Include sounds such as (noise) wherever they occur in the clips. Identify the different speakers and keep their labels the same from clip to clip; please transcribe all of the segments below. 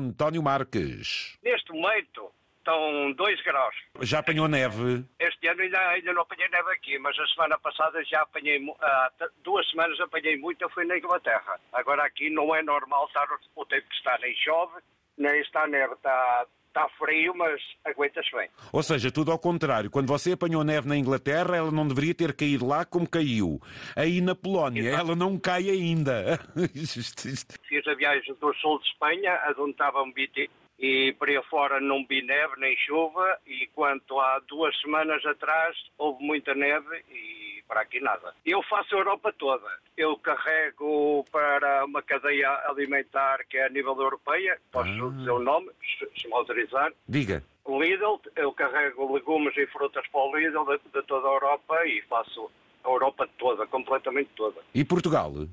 Speaker 1: António Marques.
Speaker 2: Neste momento estão 2 graus.
Speaker 1: Já apanhou neve?
Speaker 2: Este ano ainda, ainda não apanhei neve aqui, mas a semana passada já apanhei, mu- há t- duas semanas apanhei muita, foi na Inglaterra. Agora aqui não é normal estar o- o tempo que está, nem chove, nem está neve, está, está frio, mas aguenta-se bem.
Speaker 1: Ou seja, tudo ao contrário. Quando você apanhou neve na Inglaterra, ela não deveria ter caído lá como caiu. Aí na Polónia, ela não cai ainda. (laughs) Isto- isto-
Speaker 2: Fiz a viagem do sul de Espanha, a onde estava um biti, e por aí fora não vi neve nem chuva, e quanto há duas semanas atrás houve muita neve e para aqui nada. Eu faço a Europa toda. Eu carrego para uma cadeia alimentar que é a nível europeia, posso dizer o nome, se- se me autorizar.
Speaker 1: Diga.
Speaker 2: Lidl, eu carrego legumes e frutas para o Lidl de, de toda a Europa e faço a Europa toda, completamente toda.
Speaker 1: E Portugal? (laughs)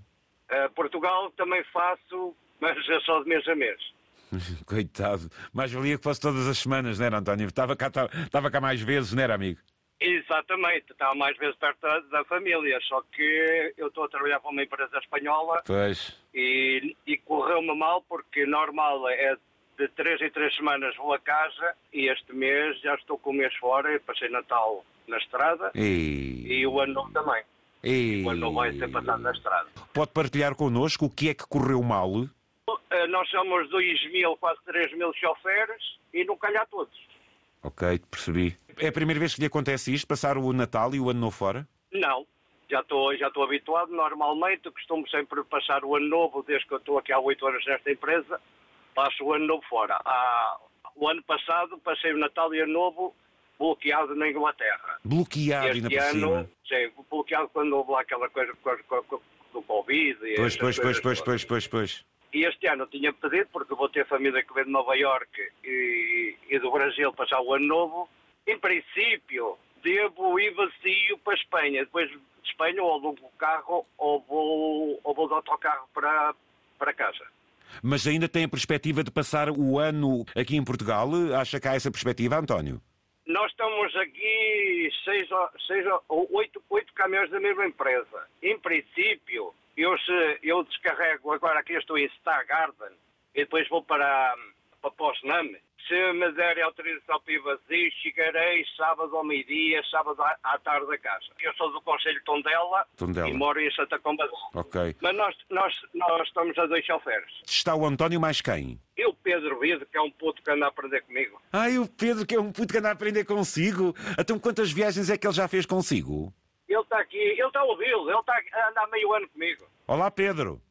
Speaker 2: Eh, Portugal também faço, mas é só de mês a mês.
Speaker 1: Coitado. Mais valia que fosse todas as semanas, não era, António? Estava cá, estava, estava cá mais vezes, não era, amigo?
Speaker 2: Exatamente, está mais vezes perto da, da família, só que eu estou a trabalhar para uma empresa espanhola
Speaker 1: Pois.
Speaker 2: e, e correu-me mal porque normal é de três em três semanas vou a casa e este mês já estou com o mês fora, e passei Natal na estrada
Speaker 1: E...
Speaker 2: e o ano novo também.
Speaker 1: e-
Speaker 2: O ano novo vai ser passado na estrada.
Speaker 1: Pode partilhar connosco o que é que correu mal?
Speaker 2: Eh, Nós somos 2 mil, quase 3 mil choferes e não calhar todos.
Speaker 1: Ok, percebi. É a primeira vez que lhe acontece isto, passar o Natal e o Ano Novo fora?
Speaker 2: Não, já estou já estou habituado. Normalmente costumo sempre passar o ano novo, desde que eu estou aqui há oito anos nesta empresa, passo o ano novo fora. Há- o ano passado passei o Natal e o ano novo bloqueado na Inglaterra.
Speaker 1: Bloqueado ainda
Speaker 2: este
Speaker 1: por cima.
Speaker 2: ano, é sim, bloqueado quando houve lá aquela coisa por causa co- co- do Covid. e
Speaker 1: Pois, pois,
Speaker 2: essas
Speaker 1: pois,
Speaker 2: coisas
Speaker 1: pois,
Speaker 2: todas.
Speaker 1: pois, pois, pois.
Speaker 2: E este ano eu tinha pedido, porque vou ter família que vem de Nova Iorque e, e do Brasil passar o ano novo. Em princípio, devo ir vazio para a Espanha. Depois de Espanha ou alugo o carro ou vou, ou vou de autocarro para, para casa.
Speaker 1: Mas ainda tem a perspectiva de passar o ano aqui em Portugal? Acha que há essa perspectiva, António?
Speaker 2: Nós estamos aqui seis, ou- seis ou oito, oito caminhões da mesma empresa. Em princípio, eu, se, eu descarrego agora aqui, eu estou em Star Garden e depois vou para, para Posname. Se me derem autorização para ir vazio, chegarei sábado ao meio-dia, sábado à, à tarde a casa. Eu sou do Conselho de Tondela,
Speaker 1: Tondela.
Speaker 2: e moro em Santa Comba.
Speaker 1: Ok.
Speaker 2: Mas nós, nós, nós estamos a dois choferes.
Speaker 1: Está o António mais quem?
Speaker 2: Eu, Pedro Vido, que é um puto que anda a aprender comigo.
Speaker 1: Ai, o Pedro, que é um puto que anda a aprender consigo. Então, quantas viagens é que ele já fez consigo?
Speaker 2: Ele está aqui, ele está a ouvi-lo, ele está a andar meio ano comigo.
Speaker 1: Olá, Pedro.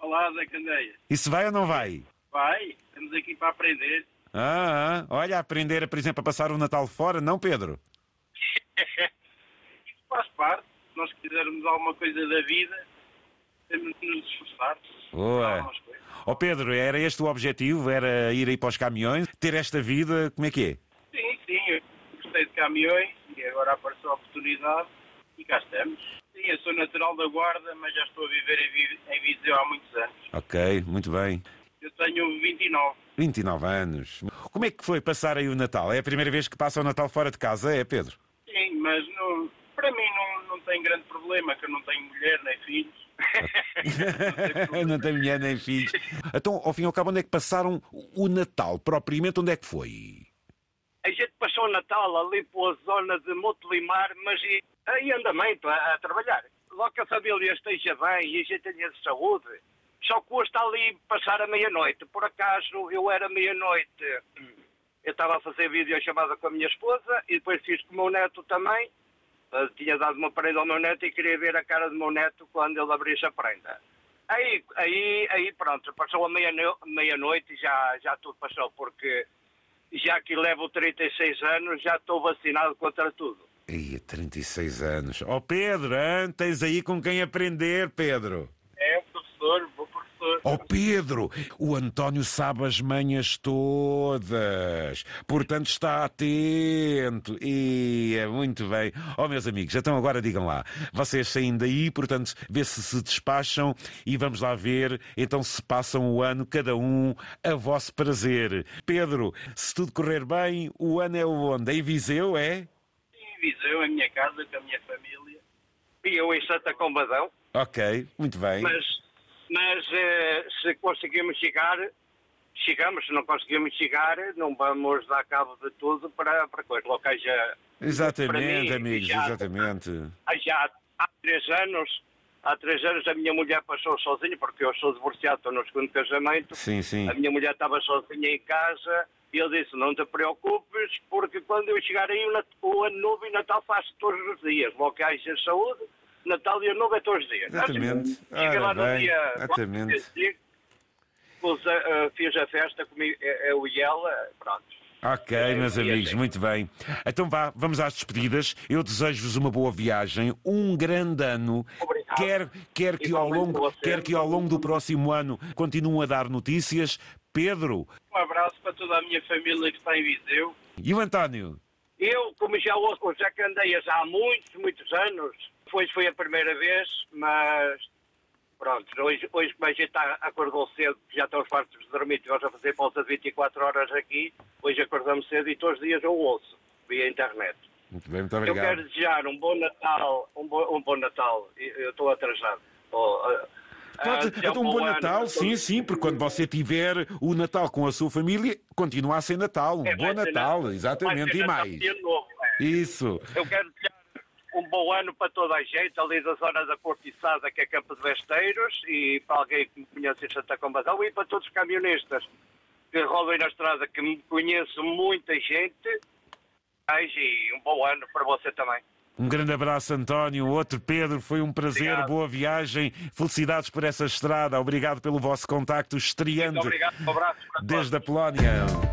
Speaker 2: Olá, Zé Candeia.
Speaker 1: Isso vai ou não vai?
Speaker 2: Vai, estamos aqui para aprender.
Speaker 1: Ah, ah. olha, aprender, por exemplo, a passar o Natal fora, não, Pedro?
Speaker 2: Isso faz parte. Se nós quisermos alguma coisa da vida, temos de nos esforçar.
Speaker 1: Boa.
Speaker 2: Algumas coisas.
Speaker 1: Ó Oh, Pedro, era este o objetivo? Era ir aí para os caminhões? Ter esta vida? Como é que é?
Speaker 2: Sim, sim, eu gostei de caminhões e agora apareceu a oportunidade e cá estamos. Sim, eu sou natural da Guarda, mas já estou a viver em Vi- em Viseu há muitos anos.
Speaker 1: Ok, muito bem.
Speaker 2: Eu tenho 29.
Speaker 1: 29 anos. Como é que foi passar aí o Natal? É a primeira vez que passa o Natal fora de casa, é, Pedro? (laughs)
Speaker 2: Sim, mas não, para mim não, não tem grande problema, que eu não tenho mulher nem filhos.
Speaker 1: (laughs)
Speaker 2: (laughs)
Speaker 1: não tem mulher nem filhos. Então, ao fim e ao cabo, onde é que passaram o Natal? Propriamente, onde é que foi?
Speaker 2: A gente passou o Natal ali pela zona de Motelimar, mas e- em andamento, a, a trabalhar. Logo que a família esteja bem e a gente tenha saúde, só custa ali passar a meia-noite. Por acaso, eu era meia-noite, eu estava a fazer videochamada com a minha esposa e depois fiz com o meu neto também. Eu tinha dado uma prenda ao meu neto e queria ver a cara do meu neto quando ele abrisse a prenda. Aí, aí, aí pronto, passou a meia-no- meia-noite e já, já tudo passou, porque já que levo 36 anos, já estou vacinado contra tudo.
Speaker 1: Ia 36 anos. Ó Pedro, hein? tens aí com quem aprender, Pedro.
Speaker 2: É, professor, vou professor.
Speaker 1: Ó Pedro, o António sabe as manhas todas, portanto está atento. E é muito bem. Ó meus amigos, então agora digam lá, vocês saem daí, portanto, vê se se despacham e vamos lá ver, então se passam o ano cada um a vosso prazer. Pedro, se tudo correr bem, o ano é onde? Em Viseu, é?
Speaker 2: Em Viseu, em minha casa, com a minha família. E eu em Santa Combadão.
Speaker 1: Ok, muito bem.
Speaker 2: Mas, mas eh, se conseguirmos chegar, chegamos, se não conseguimos chegar, não vamos dar cabo de tudo para, para coisa. Logo haja.
Speaker 1: Exatamente,
Speaker 2: para mim,
Speaker 1: amigos,
Speaker 2: já-
Speaker 1: exatamente.
Speaker 2: há já há três anos, há três anos a minha mulher passou sozinha, porque eu sou divorciado, estou no segundo casamento.
Speaker 1: Sim, sim.
Speaker 2: A minha mulher estava sozinha em casa e eu disse, não te preocupes, porque quando eu chegar aí o, Nat- o ano novo e Natal faço todos os dias. Logo que haja saúde, Natal e ano novo é todos os dias. Assim,
Speaker 1: Exatamente.
Speaker 2: Cheguei lá
Speaker 1: Ora
Speaker 2: no
Speaker 1: bem,
Speaker 2: dia
Speaker 1: exatamente.
Speaker 2: 4, pus a- a- eh, fiz a festa, comi eh, eu e ela, pronto.
Speaker 1: Ok,
Speaker 2: É,
Speaker 1: meus
Speaker 2: é,
Speaker 1: amigos,
Speaker 2: é.
Speaker 1: muito bem. Então vá, vamos às despedidas. Eu desejo-vos uma boa viagem, um grande ano.
Speaker 2: Obrigado.
Speaker 1: Quer, quer, que ao
Speaker 2: Igualmente
Speaker 1: longo,
Speaker 2: para você.
Speaker 1: quer que ao longo do próximo ano continuem a dar notícias. Pedro
Speaker 2: Um abraço para toda a minha família que está em Viseu.
Speaker 1: e o António.
Speaker 2: Eu, como já ouço os Jacandeias há muitos, muitos anos, depois foi a primeira vez, mas pronto, hoje, hoje como a gente tá- acordou cedo, já estamos fartos de dormir, estivemos a fazer pausa de 24 horas aqui, hoje acordamos cedo e todos os dias eu ouço via internet.
Speaker 1: Muito bem, muito
Speaker 2: Eu quero desejar um bom Natal, um bom, um bom Natal, E- eu estou atrasado. Oh, ah, ah,
Speaker 1: Pode,
Speaker 2: desejar
Speaker 1: então, um bom
Speaker 2: ano
Speaker 1: Natal,
Speaker 2: a
Speaker 1: sim,
Speaker 2: todos.
Speaker 1: sim, porque quando você tiver o Natal com a sua família, continua a ser Natal. Um
Speaker 2: É,
Speaker 1: bom
Speaker 2: vai ser
Speaker 1: Natal,
Speaker 2: vai
Speaker 1: exatamente,
Speaker 2: ser
Speaker 1: e
Speaker 2: Natal
Speaker 1: mais.
Speaker 2: de ano novo, é.
Speaker 1: Isso.
Speaker 2: Eu quero desejar um bom ano para toda a gente, ali da zona da Cortiçada, que é Campo de Besteiros, e para alguém que me conhece em Santa Combadão, e para todos os camionistas que rodem na estrada, que me conheço muita gente. Ai, E um bom ano para você também.
Speaker 1: Um grande abraço, António. Outro Pedro, foi um prazer.
Speaker 2: Obrigado.
Speaker 1: Boa viagem. Felicidades por essa estrada. Obrigado pelo vosso contacto
Speaker 2: Muito
Speaker 1: estreante
Speaker 2: obrigado, um abraço para todos.
Speaker 1: desde a Polónia.